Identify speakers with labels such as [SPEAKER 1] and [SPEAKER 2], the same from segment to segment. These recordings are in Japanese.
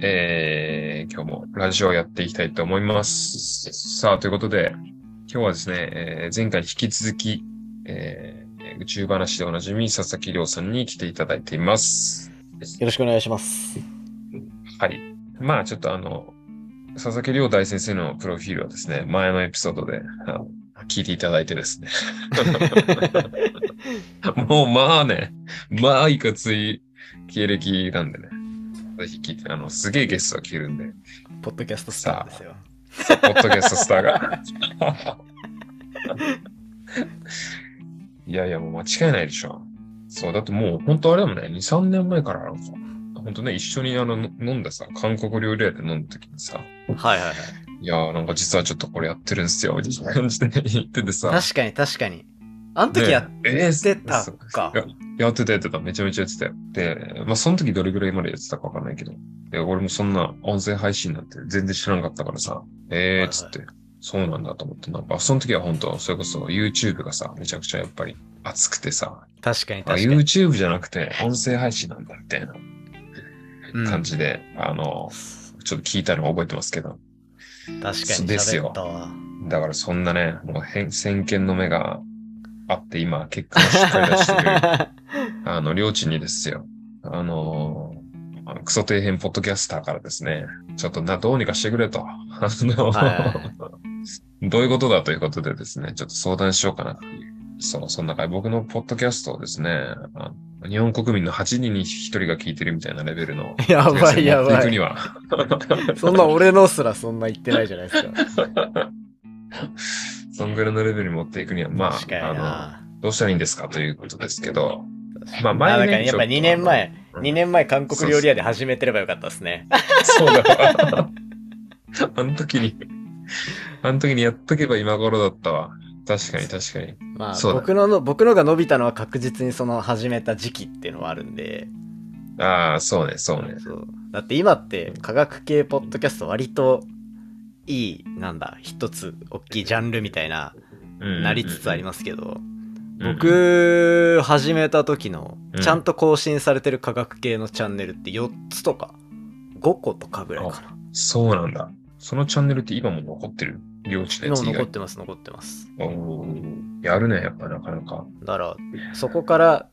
[SPEAKER 1] えー、今日もラジオをやっていきたいと思います。さあ、ということで、今日はですね、えー前回引き続き、えー宇宙話でおなじみ佐々木亮さんに来ていただいています。
[SPEAKER 2] よろしくお願いします。
[SPEAKER 1] はい。まあ、ちょっとあの、佐々木亮大先生のプロフィールはですね、前のエピソードで、あの聞いていただいてです ね。もうまあね、まあいかつい経歴なんでね。ぜひ聞いて、あの、すげえゲストが聞けるんで、
[SPEAKER 2] ポッドキャストスターですよ。
[SPEAKER 1] ポッドキャストスターが。いやいや、もう間違いないでしょ。そう、だってもう本当あれだもんね、2、3年前からなんか、本当ね、一緒にあの、飲んださ、韓国料理屋で飲んだ時にさ、
[SPEAKER 2] はいはいはい。
[SPEAKER 1] いやーなんか実はちょっとこれやってるんすよ、みたいな感じで言っててさ。
[SPEAKER 2] 確かに確かに。あの時やっ
[SPEAKER 1] ねえー
[SPEAKER 2] てた
[SPEAKER 1] そう
[SPEAKER 2] か。
[SPEAKER 1] いややってたやってた、めちゃめちゃやってたよ。で、まあその時どれぐらいまでやってたかわかんないけど、で俺もそんな音声配信なんて全然知らなかったからさ、えーっつって、そうなんだと思って、なんかその時は本当それこそ YouTube がさ、めちゃくちゃやっぱり熱くてさ、
[SPEAKER 2] 確かに
[SPEAKER 1] あ
[SPEAKER 2] 確かに。
[SPEAKER 1] YouTube じゃなくて音声配信なんだみたいな
[SPEAKER 2] うん
[SPEAKER 1] 感
[SPEAKER 2] 確か
[SPEAKER 1] じで、あの、ちょっと聞いたのを覚えてますけど、
[SPEAKER 2] に
[SPEAKER 1] ですよ
[SPEAKER 2] 喋ったわ。
[SPEAKER 1] だからそんなね、もう偏先見の目があって今結果をしっかり出してる。あの、領地にですよ。あのーあのクソ底辺ポッドキャスターからですね、ちょっとな、どうにかしてくれと。あの、
[SPEAKER 2] はいはいは
[SPEAKER 1] どういうことだということでですね、ちょっと相談しようかなっていう。そう、そんな中、僕のポッドキャストをですね、あの日本国民の8人に1人が聞いてるみたいなレベルの、
[SPEAKER 2] やばいや
[SPEAKER 1] 持っ
[SPEAKER 2] ば
[SPEAKER 1] ていくに
[SPEAKER 2] い。
[SPEAKER 1] は。
[SPEAKER 2] そんな俺のすらそんな言ってないじゃないですか。
[SPEAKER 1] そんぐらいのレベルに持っていくには、ま
[SPEAKER 2] 確かに
[SPEAKER 1] あ、あ
[SPEAKER 2] な。
[SPEAKER 1] の、どうしたらいいんですかということですけど、ま
[SPEAKER 2] ま
[SPEAKER 1] あ
[SPEAKER 2] あ
[SPEAKER 1] 前
[SPEAKER 2] 前
[SPEAKER 1] ね
[SPEAKER 2] ね、やっぱ2年前、
[SPEAKER 1] うん
[SPEAKER 2] 2年前韓国料理屋で始めてればよかったですね。
[SPEAKER 1] そうだわ。あの時に、あの時にやっとけば今頃だったわ。確かに確かに。
[SPEAKER 2] まあ
[SPEAKER 1] そうだ
[SPEAKER 2] 僕のの僕のが伸びたのは確実にその始めた時期っていうのはあるんで。
[SPEAKER 1] ああ、そうね、そうね。
[SPEAKER 2] そうだって今って科学系ポッドキャスト割といいなんだ一つ大きいジャンルみたいな
[SPEAKER 1] うん
[SPEAKER 2] なりつつありますけど、
[SPEAKER 1] うんうん
[SPEAKER 2] 僕始めた時の
[SPEAKER 1] うん
[SPEAKER 2] ちゃんと更新されてる科学系のチャンネルって4つとか5個とかぐらいかな
[SPEAKER 1] そうなんだ。そのチャンネルって今も残ってる領地のや
[SPEAKER 2] 今
[SPEAKER 1] つ
[SPEAKER 2] も
[SPEAKER 1] 以
[SPEAKER 2] 残っ
[SPEAKER 1] 外。
[SPEAKER 2] てます残ってます
[SPEAKER 1] おーやるね、やっぱなかなか。
[SPEAKER 2] だからそこから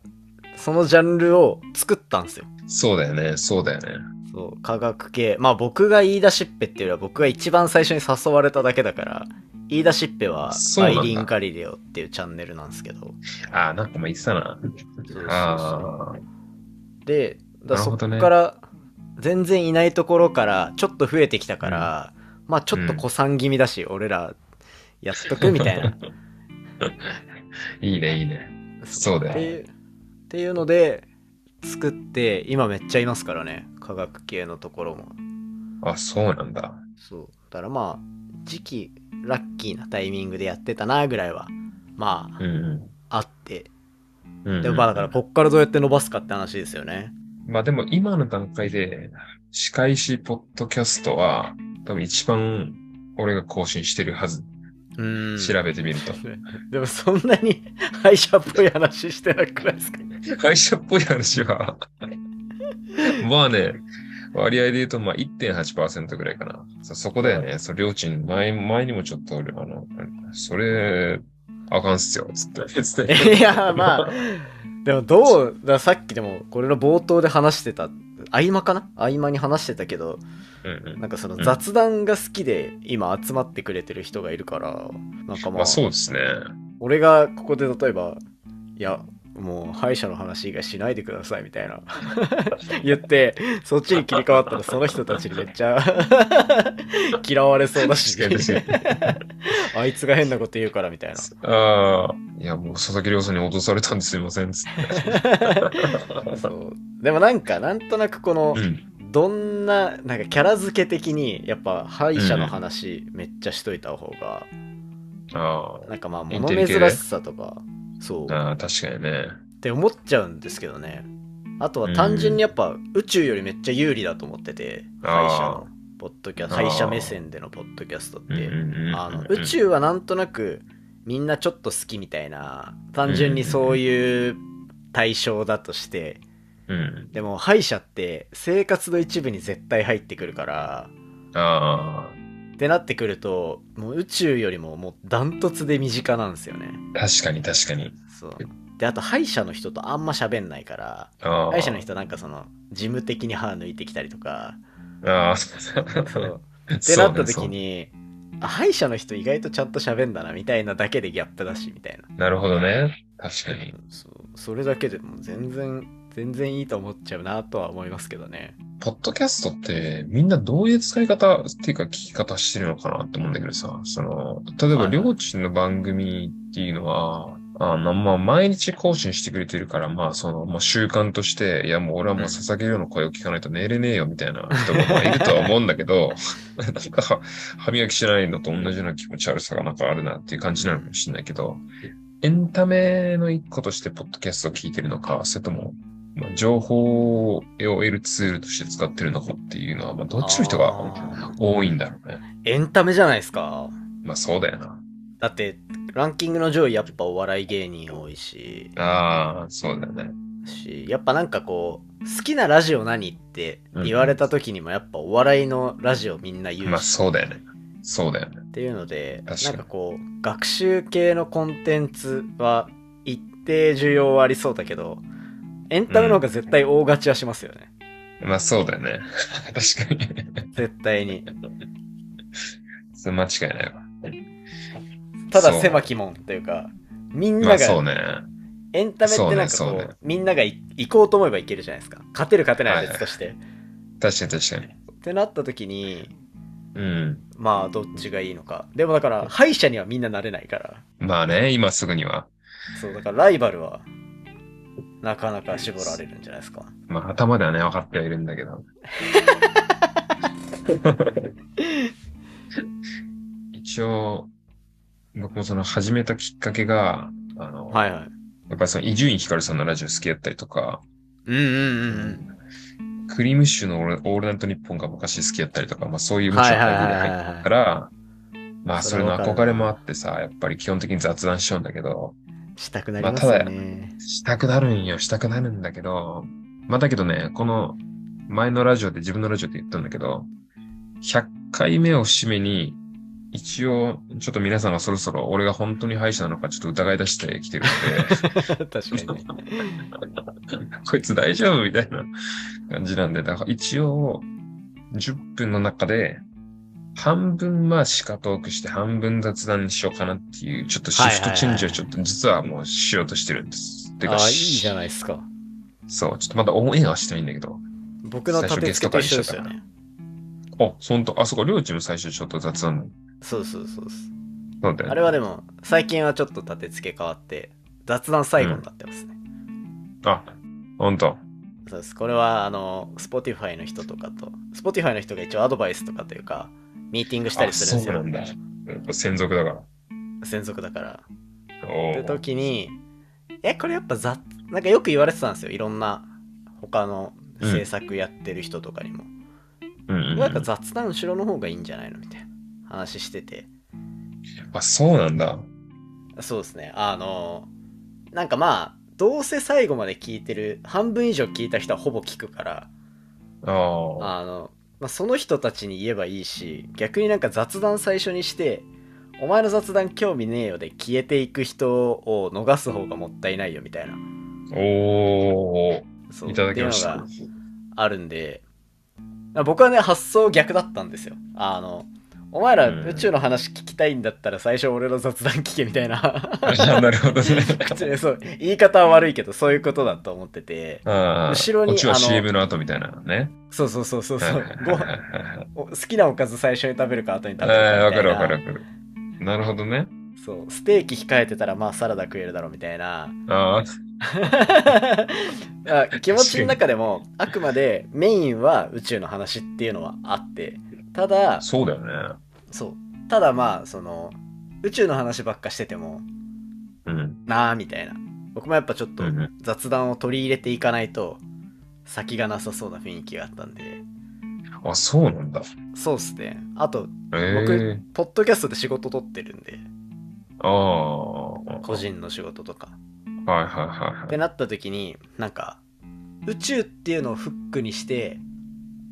[SPEAKER 2] そのジャンルを作ったんですよ
[SPEAKER 1] そうだよね、そうだよね。
[SPEAKER 2] そう科学系まあ僕が言い出しっぺっていうよりは僕が一番最初に誘われただけだから言い出しっぺは
[SPEAKER 1] そう
[SPEAKER 2] ア
[SPEAKER 1] なんだ
[SPEAKER 2] イリーン・ガリレオっていうチャンネルなんですけど
[SPEAKER 1] ああ、なんかも言ってたな。
[SPEAKER 2] そうそう
[SPEAKER 1] ああ、
[SPEAKER 2] そうでだ
[SPEAKER 1] なる
[SPEAKER 2] そ
[SPEAKER 1] ほ
[SPEAKER 2] こ
[SPEAKER 1] どね
[SPEAKER 2] から全然いないところからちょっと増えてきたから、まあちょっと古参気味だし、俺らやっとくみたいな
[SPEAKER 1] いいね、いいね。 そうだよ
[SPEAKER 2] っていうっていうので作って今めっちゃいますからね科学系のところも
[SPEAKER 1] あ、そうなんだ。
[SPEAKER 2] そうだからまあ時期ラッキーなタイミングでやってたなぐらいはまあ、
[SPEAKER 1] うんうん
[SPEAKER 2] あって
[SPEAKER 1] うんうん。
[SPEAKER 2] でもまあだからこっからどうやって伸ばすかって話ですよね
[SPEAKER 1] まあでも今の段階で、仕返しポッドキャストは、多分一番俺が更新してるはず。
[SPEAKER 2] うん
[SPEAKER 1] 調べてみると。
[SPEAKER 2] でもそんなに 歯医者っぽい話してなくな いですか
[SPEAKER 1] 会社っぽい話は、 まあね、割合で言うとまあ1.8%ぐらいかな。そそこだよね。そう、両親、前、前にもちょっと俺、あの、それ、あかんっすよ、つって。 つって
[SPEAKER 2] いやまあでもどうださっきでもこれの冒頭で話してた合間かな合間に話してたけど
[SPEAKER 1] うんうん
[SPEAKER 2] なんかその雑談が好きで今集まってくれてる人がいるからなんか
[SPEAKER 1] ま
[SPEAKER 2] まあ
[SPEAKER 1] あそうですね。
[SPEAKER 2] 俺がここで例えばいやもう歯医者の話以外しないでくださいみたいな言ってそっちに切り替わったらその人たちにめっちゃ 嫌われそうだし
[SPEAKER 1] 確かに確かに
[SPEAKER 2] あいつが変なこと言うからみたいな
[SPEAKER 1] ああ、いやもう佐々木亮さんに脅されたんですいません、つって。
[SPEAKER 2] そうでもなんかなんとなくこの
[SPEAKER 1] うん。
[SPEAKER 2] どんななんかキャラ付け的にやっぱ歯医者の話めっちゃしといた方が、
[SPEAKER 1] あ
[SPEAKER 2] なんかまあ
[SPEAKER 1] イン
[SPEAKER 2] 物
[SPEAKER 1] テリ
[SPEAKER 2] 珍
[SPEAKER 1] 系で
[SPEAKER 2] しさとかそう
[SPEAKER 1] あ、ああ確かにね。
[SPEAKER 2] って思っちゃうんですけどねあとは単純にやっぱ宇宙よりめっちゃ有利だと思ってて
[SPEAKER 1] あー
[SPEAKER 2] 歯医者のポッドキャスト
[SPEAKER 1] あー
[SPEAKER 2] 歯医者目線でのポッドキャストっ
[SPEAKER 1] うんうん
[SPEAKER 2] て
[SPEAKER 1] うんうん
[SPEAKER 2] あの宇宙はなんとなくみんなちょっと好きみたいな単純にそういう対象だとして
[SPEAKER 1] うん。
[SPEAKER 2] でも歯医者って生活の一部に絶対入ってくるから
[SPEAKER 1] あ
[SPEAKER 2] ってなってくるともう宇宙よりももうダントツで身近なんですよね
[SPEAKER 1] あ、確かに確かに。
[SPEAKER 2] そうであと歯医者の人とあんま喋んないから
[SPEAKER 1] ああ。
[SPEAKER 2] 歯医者の人なんかその事務的に歯抜いてきたり とか
[SPEAKER 1] ああ、
[SPEAKER 2] そう
[SPEAKER 1] っ
[SPEAKER 2] っ
[SPEAKER 1] て
[SPEAKER 2] なった時。にあ歯医者の人意外とちゃんと喋んだなみたいなだけでギャップだしみたいな
[SPEAKER 1] なるほどね。確かに。
[SPEAKER 2] そうそれだけでも全然全然いいと思っちゃうなとは思いますけどね
[SPEAKER 1] ポッドキャストってみんなどういう使い方っていうか聞き方してるのかなって思うんだけどさ、その、例えば
[SPEAKER 2] はいはい
[SPEAKER 1] 両親の番組っていうのは、あの、まあ、毎日更新してくれてるから、まあ、その、もう習慣として、いや、もう俺はもう捧げるような声を聞かないと寝れねえよみたいな人がまあいるとは思うんだけど、 なんか、歯磨きしないのと同じような気持ち悪さがなんかあるなっていう感じなのかもしれないけど、エンタメの一個としてポッドキャストを聞いてるのか、それとも、まあ、情報を得るツールとして使ってるのかっていうのは、まあ、どっちの人
[SPEAKER 2] あ
[SPEAKER 1] が多いんだろうね。
[SPEAKER 2] エンタメじゃないですか
[SPEAKER 1] まあ、そうだよな。
[SPEAKER 2] だってランキングの上位やっぱお笑い芸人多いし
[SPEAKER 1] ああ、そうだよね。
[SPEAKER 2] しやっぱなんかこう好きなラジオ何って言われた時にもやっぱお笑いのラジオみんな言うし、
[SPEAKER 1] まあ、そうだよね。そうだよね。
[SPEAKER 2] っていうので
[SPEAKER 1] 確か
[SPEAKER 2] な
[SPEAKER 1] に
[SPEAKER 2] んかこう学習系のコンテンツは一定需要はありそうだけどエンタメの方が絶対大勝ちはしますよね、
[SPEAKER 1] まあ、そうだよね。 確かに。
[SPEAKER 2] 絶対に
[SPEAKER 1] それ間違いないわ。
[SPEAKER 2] ただ
[SPEAKER 1] そう
[SPEAKER 2] 狭き門というかみん
[SPEAKER 1] ま
[SPEAKER 2] な
[SPEAKER 1] あ、そう
[SPEAKER 2] が
[SPEAKER 1] ね。
[SPEAKER 2] エンタメってなんか
[SPEAKER 1] そ
[SPEAKER 2] こ
[SPEAKER 1] う
[SPEAKER 2] う
[SPEAKER 1] ねそうね
[SPEAKER 2] みんながい行こうと思えばいけるじゃないですか勝てる勝てないは別として、
[SPEAKER 1] 確かに確かに。
[SPEAKER 2] ってなった時に
[SPEAKER 1] うん。
[SPEAKER 2] まあどっちがいいのかでもだから敗者にはみんななれないから
[SPEAKER 1] まあね、今すぐには。
[SPEAKER 2] そうだからライバルはなかなか絞られるんじゃないですか
[SPEAKER 1] まあ、頭ではね、分かってはいるんだけ ど。一応、僕もその始めたきっかけが、あの、
[SPEAKER 2] はいはい
[SPEAKER 1] やっぱりその伊集院光さんのラジオ好きやったりとか、
[SPEAKER 2] うんうんうんうん
[SPEAKER 1] クリームシチューのオールオールナイトニッポンが昔好きやったりとか、まあそういうもち
[SPEAKER 2] は
[SPEAKER 1] ろ
[SPEAKER 2] い
[SPEAKER 1] ん
[SPEAKER 2] はい
[SPEAKER 1] 入
[SPEAKER 2] はい
[SPEAKER 1] っ
[SPEAKER 2] は
[SPEAKER 1] た
[SPEAKER 2] い
[SPEAKER 1] か
[SPEAKER 2] はい。
[SPEAKER 1] ら、まあ
[SPEAKER 2] そ
[SPEAKER 1] そ
[SPEAKER 2] れ
[SPEAKER 1] れ
[SPEAKER 2] は
[SPEAKER 1] の
[SPEAKER 2] わ
[SPEAKER 1] 憧
[SPEAKER 2] かる
[SPEAKER 1] れもあってさ、やっぱり基本的に雑談しちゃうんだけど、
[SPEAKER 2] したくなりますよね。
[SPEAKER 1] したくなるんよ、したくなるんだけど、まあだけどね、この前のラジオで自分のラジオで言ったんだけど、100回目を締めに、一応、ちょっと皆さんがそろそろ俺が本当に歯医者なのかちょっと疑い出してきてるの
[SPEAKER 2] 確かにね。
[SPEAKER 1] で、 こいつ大丈夫みたいな感じなんで、だから一応、10分の中で、半分まあ歯科トークして半分雑談にしようかなっていう、ちょっとシフトチェンジをちょっと実はもうしようとしてるんです。て
[SPEAKER 2] あ
[SPEAKER 1] か
[SPEAKER 2] あ、いいじゃないですか。
[SPEAKER 1] そう、ちょっとまだオンエアはしてないんだけど。
[SPEAKER 2] 僕の立て付けと一緒ですよ
[SPEAKER 1] 最初ゲ
[SPEAKER 2] ね。
[SPEAKER 1] あ、そんと、あ、そこ、りょうちも最初ちょっと雑談
[SPEAKER 2] そうそうそうそう。
[SPEAKER 1] なんだよ
[SPEAKER 2] あ
[SPEAKER 1] ね。
[SPEAKER 2] れはでも、最近はちょっと立て付け変わって、雑談最後になってますね。
[SPEAKER 1] あ、ほんと。
[SPEAKER 2] そうです。これは、あの、Spotify の人とかと、Spotify の人が一応アドバイスとかというか、ミーティングしたり
[SPEAKER 1] あ、
[SPEAKER 2] するん
[SPEAKER 1] そ
[SPEAKER 2] です
[SPEAKER 1] う
[SPEAKER 2] よ。
[SPEAKER 1] なんだ。やっぱ専属だか
[SPEAKER 2] 専属だから。
[SPEAKER 1] ら。お
[SPEAKER 2] って
[SPEAKER 1] ー
[SPEAKER 2] 時に、え、これやっぱ雑、なんかよく言われてたんですよ。いろんな、他の制作やってる人とかに
[SPEAKER 1] うん
[SPEAKER 2] も。
[SPEAKER 1] うんうん
[SPEAKER 2] なんか雑談後ろの方がいいんじゃないのみたいな話してて
[SPEAKER 1] あ、そうなんだ。
[SPEAKER 2] そうですねあのなんかまあどうせ最後まで聞いてる半分以上聞いた人はほぼ聞くから
[SPEAKER 1] ああ。
[SPEAKER 2] あの、まあ、その人たちに言えばいいし逆になんか雑談最初にして「お前の雑談興味ねえよ」で消えていく人を逃す方がもったいないよみたいな
[SPEAKER 1] お
[SPEAKER 2] そ
[SPEAKER 1] お。
[SPEAKER 2] う
[SPEAKER 1] いただきまし
[SPEAKER 2] って
[SPEAKER 1] た
[SPEAKER 2] いう のが。あるんで僕はね発想逆だったんですよあのお前ら
[SPEAKER 1] うん
[SPEAKER 2] 宇宙の話聞きたいんだったら最初俺の雑談聞けみた いな
[SPEAKER 1] なるほどね。
[SPEAKER 2] 口でそう言い方は悪いけどそういうことだと思ってて
[SPEAKER 1] ああ。
[SPEAKER 2] 後ろに
[SPEAKER 1] こっちは
[SPEAKER 2] あの
[SPEAKER 1] CM の後みたいなね。
[SPEAKER 2] そうそうそうそう
[SPEAKER 1] はい
[SPEAKER 2] そ
[SPEAKER 1] はいうは
[SPEAKER 2] ご
[SPEAKER 1] いは
[SPEAKER 2] 飯
[SPEAKER 1] いはい
[SPEAKER 2] お好きなおかず最初に食べるか後に食べる
[SPEAKER 1] ああわか
[SPEAKER 2] かみたい
[SPEAKER 1] るわ
[SPEAKER 2] な
[SPEAKER 1] かるわかる。なるほどね。
[SPEAKER 2] そうステーキ控えてたらまあサラダ食えるだろうみたいな
[SPEAKER 1] あ
[SPEAKER 2] あ気持ちの中でもあくまでメインは宇宙の話っていうのはあってただ
[SPEAKER 1] あ、そうだよね。
[SPEAKER 2] そうただまあその宇宙の話ばっかしてても
[SPEAKER 1] うん。
[SPEAKER 2] なあみたいな僕もやっぱちょっと
[SPEAKER 1] うんう
[SPEAKER 2] 雑談を取り入れていかないと先がなさそうな雰囲気があったんで
[SPEAKER 1] あ、そうなんだ。
[SPEAKER 2] そうっすねあと
[SPEAKER 1] ええ。
[SPEAKER 2] ポッドキャストで仕事取ってるんで
[SPEAKER 1] ああ。
[SPEAKER 2] 個人の仕事とか
[SPEAKER 1] はいはいはいはい
[SPEAKER 2] っ。てなった時になんか宇宙っていうのをフックにして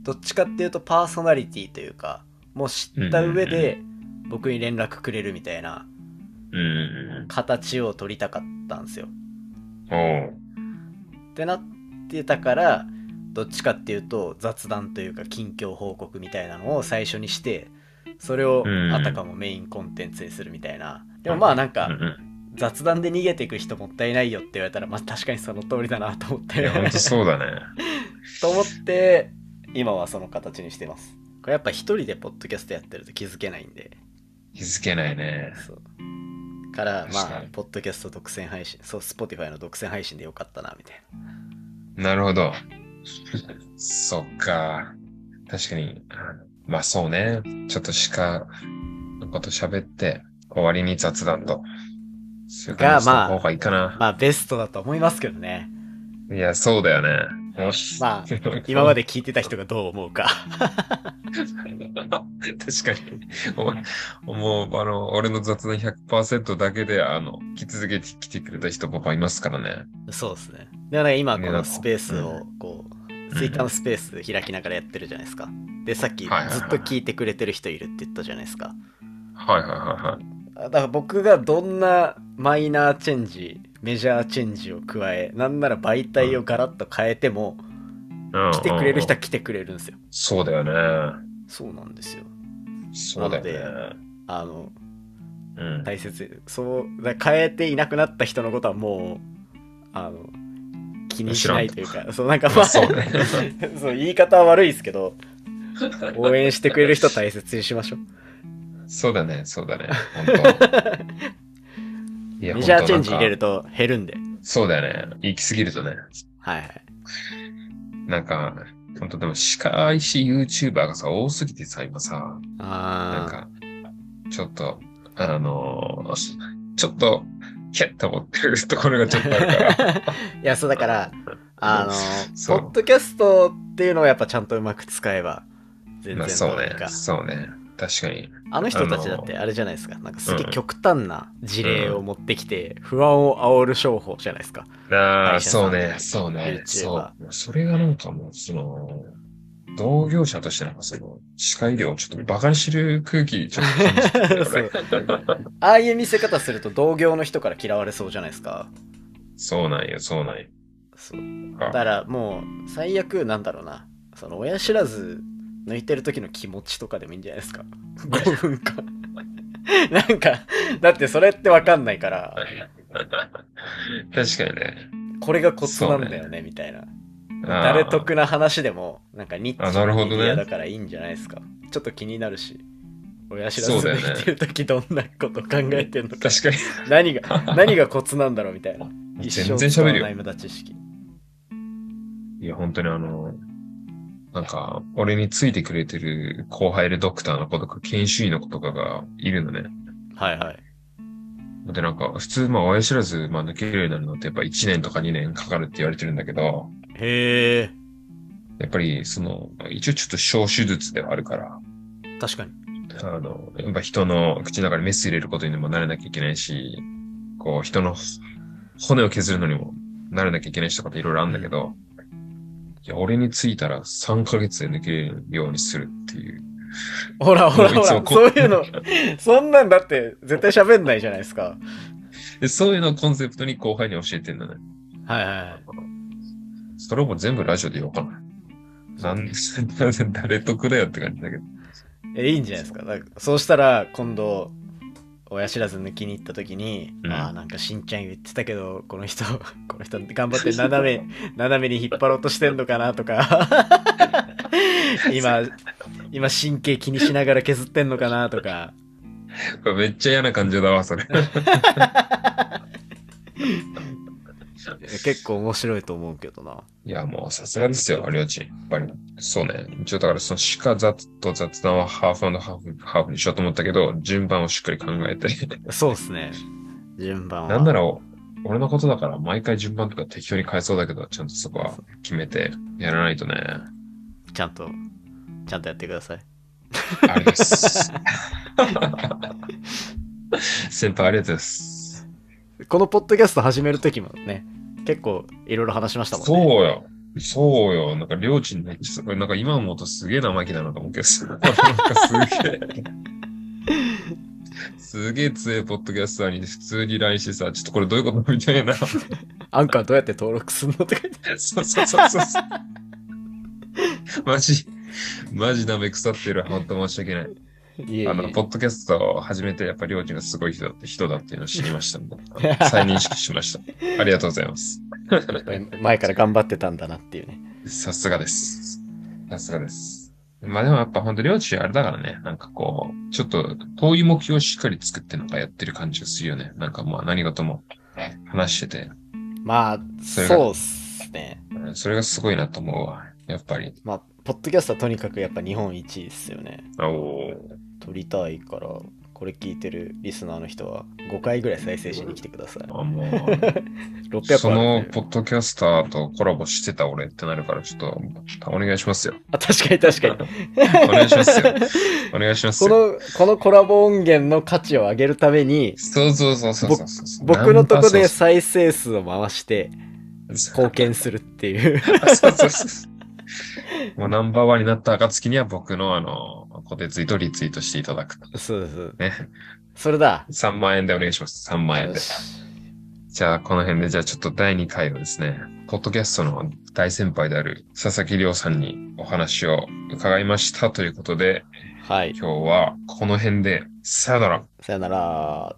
[SPEAKER 2] どっちかっていうとパーソナリティというかもう知った上で僕に連絡くれるみたいな
[SPEAKER 1] うん。
[SPEAKER 2] 形を取りたかったんですよ。
[SPEAKER 1] おう。
[SPEAKER 2] ってなってたからどっちかっていうと雑談というか近況報告みたいなのを最初にしてそれを
[SPEAKER 1] うん
[SPEAKER 2] あたかもメインコンテンツにするみたいな。でもまあなん
[SPEAKER 1] う
[SPEAKER 2] か
[SPEAKER 1] んうん
[SPEAKER 2] 雑談で逃げていく人もったいないよって言われたらまあ確かにその通りだなと思っ
[SPEAKER 1] い
[SPEAKER 2] て
[SPEAKER 1] や、ほんとそうだね。
[SPEAKER 2] と思って今はその形にしてますこれやっぱ一人でポッドキャストやってると気づけないんで
[SPEAKER 1] 気づけないね。
[SPEAKER 2] そうからま
[SPEAKER 1] 確か
[SPEAKER 2] あ
[SPEAKER 1] に
[SPEAKER 2] ポッドキャスト独占配信そう Spotify の独占配信でよかったなみたい
[SPEAKER 1] なるほ ど。そっか。確かに。まあそうね。ちょっと鹿のこと喋って、終わりに雑談と。そういう感じの
[SPEAKER 2] がまあ
[SPEAKER 1] 方がいいか
[SPEAKER 2] な
[SPEAKER 1] な。
[SPEAKER 2] まあベストだと思いますけどね
[SPEAKER 1] いや、そうだよね。もし
[SPEAKER 2] まあ今ま
[SPEAKER 1] で。
[SPEAKER 2] で聞いてた人がどう思うか
[SPEAKER 1] 確かに。お前もう、あの、俺の雑談100%だけで、あの、引き続けて来てくれた人もいますからね。
[SPEAKER 2] そうですねでもなんか今
[SPEAKER 1] ね
[SPEAKER 2] こ
[SPEAKER 1] なん
[SPEAKER 2] の
[SPEAKER 1] か
[SPEAKER 2] スペースをこう Twitter のスペース開きながらやってるじゃないですかでさっきず
[SPEAKER 1] はいはいはい
[SPEAKER 2] っと聞いてくれてる人いるって言ったじゃないですか
[SPEAKER 1] はいはいはいはい。
[SPEAKER 2] あだから僕がどんなマイナーチェンジメジャーチェンジを加えなんなら媒体をガラッと変えても、
[SPEAKER 1] うん
[SPEAKER 2] 来てくれる人
[SPEAKER 1] う
[SPEAKER 2] は
[SPEAKER 1] ん
[SPEAKER 2] 来てくれるんですよ
[SPEAKER 1] そうだよね。
[SPEAKER 2] そうなんですよ
[SPEAKER 1] そうだよ
[SPEAKER 2] な
[SPEAKER 1] ね。
[SPEAKER 2] あの
[SPEAKER 1] うん。
[SPEAKER 2] 大切そうだ変えていなくなった人のことはもうあの気にしないという
[SPEAKER 1] 知ら
[SPEAKER 2] かそうなんかまあ
[SPEAKER 1] そ
[SPEAKER 2] そうう、
[SPEAKER 1] ね
[SPEAKER 2] 言い方は悪いですけど応援してくれる人は大切にしましょう
[SPEAKER 1] そうだね、そうだね。 本当いや
[SPEAKER 2] メジャーチェンジ入れ。
[SPEAKER 1] 本
[SPEAKER 2] ると減るんで
[SPEAKER 1] 当なんかそうだよね。行き過ぎるとね。
[SPEAKER 2] はいはい
[SPEAKER 1] なんか、本当でも、鹿愛し YouTuber がさ、多すぎてさ、今さ、なん
[SPEAKER 2] あ
[SPEAKER 1] か、ちょっと、あのちょっと、キャッと思ってるところがちょっとあるから。
[SPEAKER 2] ーいやそうだからあの
[SPEAKER 1] そ
[SPEAKER 2] ポ
[SPEAKER 1] う
[SPEAKER 2] ッドキャストっていうのをやっぱちゃんとうまく使えば 全
[SPEAKER 1] ま
[SPEAKER 2] 然
[SPEAKER 1] あ、そ
[SPEAKER 2] ど
[SPEAKER 1] うう
[SPEAKER 2] にか
[SPEAKER 1] ね。そうね。確かに。
[SPEAKER 2] あの人たちだっ
[SPEAKER 1] あ
[SPEAKER 2] てあれじゃないですかなんかすげえ
[SPEAKER 1] うん
[SPEAKER 2] 極端な事例を持ってきて不安を煽る商法じゃないですか
[SPEAKER 1] ああ、
[SPEAKER 2] 会社さ
[SPEAKER 1] そうんね。そうね。
[SPEAKER 2] YouTuber
[SPEAKER 1] そう。それがなんかもう、その、同業者としてなんかその、歯科医療をちょっと馬鹿にしてる空気、ちょっと感じてる
[SPEAKER 2] そ
[SPEAKER 1] 俺
[SPEAKER 2] うああいう見せ方すると同業の人から嫌われそうじゃないですか
[SPEAKER 1] そうなんよ、そうなんよ。
[SPEAKER 2] そう
[SPEAKER 1] あ
[SPEAKER 2] だからもう最悪なんだろうなその親知らず抜いてる時の気持ちとかでもいいんじゃないで すか5分間なんかだってそれって分かんないから
[SPEAKER 1] 確かにね。
[SPEAKER 2] これがコツなんだよねみたいな
[SPEAKER 1] あー
[SPEAKER 2] 誰得な話でもなんかニッ
[SPEAKER 1] あ
[SPEAKER 2] チ
[SPEAKER 1] なる
[SPEAKER 2] な
[SPEAKER 1] ほど
[SPEAKER 2] メ
[SPEAKER 1] ね
[SPEAKER 2] ディアだからいいんじゃないですか、ちょっと気になるし親知らず
[SPEAKER 1] そうだよね
[SPEAKER 2] 抜いてる時どんなこと考えてんのか
[SPEAKER 1] 確かに。
[SPEAKER 2] 何が 何がコツなんだろうみたいな一生
[SPEAKER 1] 全然
[SPEAKER 2] 使
[SPEAKER 1] 喋
[SPEAKER 2] わ
[SPEAKER 1] るよ
[SPEAKER 2] ない無駄知識
[SPEAKER 1] いや、本当にあの、なんか、俺についてくれてる後輩でドクターの子とか研修医の子とかがいるのね。
[SPEAKER 2] はいはい
[SPEAKER 1] で、なんか、普通、まあ、親知らず、まあ、抜けるようになるのって、やっぱ1年とか2年かかるって言われてるんだけど、
[SPEAKER 2] へ
[SPEAKER 1] やっぱり、その、一応ちょっと小手術ではあるから、
[SPEAKER 2] え確かに
[SPEAKER 1] あの、やっぱ人の口の中にメス入れることにも慣れなきゃいけないし、こう、人の骨を削るのにも慣れなきゃいけないしとかっていろいろあるんだけど、いや、俺についたら3ヶ月で抜けるようにするっていう。
[SPEAKER 2] ほらほら
[SPEAKER 1] も
[SPEAKER 2] ほ
[SPEAKER 1] ういつ
[SPEAKER 2] ら
[SPEAKER 1] もこ
[SPEAKER 2] そういうのそんなんだって絶対喋んないじゃないですか
[SPEAKER 1] で、そういうのをコンセプトに後輩に教えてんだね。
[SPEAKER 2] はいはい
[SPEAKER 1] それをもう全部ラジオで言おうかな。なんで、なんで誰得だよって感じだけど。
[SPEAKER 2] えいいんじゃないですかだからそうしたら今度親知らず抜きに行った時に、
[SPEAKER 1] うん
[SPEAKER 2] ああなんかしんちゃん言ってたけどこの人 この人頑張って斜め 斜めに引っ張ろうとしてんのかなとか 今今神経気にしながら削ってんのかな とか
[SPEAKER 1] これめっちゃ嫌な感情だわ、それ。
[SPEAKER 2] 結構面白いと思うけどない
[SPEAKER 1] や、もうさすがですよ、有吉。やっぱり。そうね。一応だから、その歯科雑と雑談はハーフハーフ、ハーフにしようと思ったけど、順番をしっかり考えて。
[SPEAKER 2] そうですね順番は
[SPEAKER 1] なんなら、俺のことだから、毎回順番とか適当に変えそうだけど、ちゃんとそこは決めてやらないとね。
[SPEAKER 2] ちゃんとちゃんとやってください
[SPEAKER 1] ありがとうござい ます。先輩、ありがとうございます。
[SPEAKER 2] このポッドキャスト始める時もね結構いろいろ話しましたもんね
[SPEAKER 1] そうよ。そうよ。なんか、領地になってさ、これなんか今思うとすげえ生意気だなと思うけど、 すごいなんかすげえ。すげえ強いポッドキャスターに普通に LINE してさ、ちょっとこれどういうことみた いな。そう
[SPEAKER 2] アンカーどうやって登録すんのとか言って。
[SPEAKER 1] そうそうそうそう。マジ、マジなめ腐ってる。本当申し訳ない。
[SPEAKER 2] いえいえ
[SPEAKER 1] あの、ポッドキャストを始めて、やっぱり、りょうちんがすごい人だって、人だっていうのを知りましたので、あの再認識しました。ありがとうござい ます。
[SPEAKER 2] 前から頑張ってたんだなっていうね。
[SPEAKER 1] さすがです。さすがです。まあでもやっぱ本当りょうちんあれだからね、なんかこう、ちょっと遠い目標をしっかり作ってなんかやってる感じがするよね。なんかまあ何事も話してて、
[SPEAKER 2] まあ、
[SPEAKER 1] それが
[SPEAKER 2] そうっすね。
[SPEAKER 1] うんそれがすごいなと思うわ。やっぱり。
[SPEAKER 2] まあ、ポッドキャストはとにかくやっぱ日本一ですよね。
[SPEAKER 1] おお。
[SPEAKER 2] 撮りたいから、これ聞いてるリスナーの人は5回ぐらい再生しに来てください。
[SPEAKER 1] あもう
[SPEAKER 2] 600
[SPEAKER 1] その
[SPEAKER 2] あ
[SPEAKER 1] ポッドキャスターとコラボしてた俺ってなるから、ちょっとお願いしますよ。
[SPEAKER 2] あ、確かに確か
[SPEAKER 1] お
[SPEAKER 2] に。
[SPEAKER 1] 願いしますよ。お願いします
[SPEAKER 2] こ
[SPEAKER 1] よ。
[SPEAKER 2] の、このコラボ音源の価値を上げるために、
[SPEAKER 1] そうそうそうそうそうそう。
[SPEAKER 2] 僕のとこ
[SPEAKER 1] ナ
[SPEAKER 2] で
[SPEAKER 1] ンバ
[SPEAKER 2] 再生数を回して
[SPEAKER 1] ーそう
[SPEAKER 2] 貢献するっ ていう。
[SPEAKER 1] そうそう そう。もうナンバーワンになった暁には僕のあの、固定ツイートをリツイートしていただく。
[SPEAKER 2] そうそう。
[SPEAKER 1] ね。
[SPEAKER 2] それだ。
[SPEAKER 1] 3万円でお願いします。3万円
[SPEAKER 2] よ
[SPEAKER 1] で。
[SPEAKER 2] し
[SPEAKER 1] じゃあ、この辺で、じゃあちょっと第2回をですね、ポッドキャストの大先輩である佐々木亮さんにお話を伺いましたということで、
[SPEAKER 2] はい。
[SPEAKER 1] 今日はこの辺で、さよなら。
[SPEAKER 2] さよなら。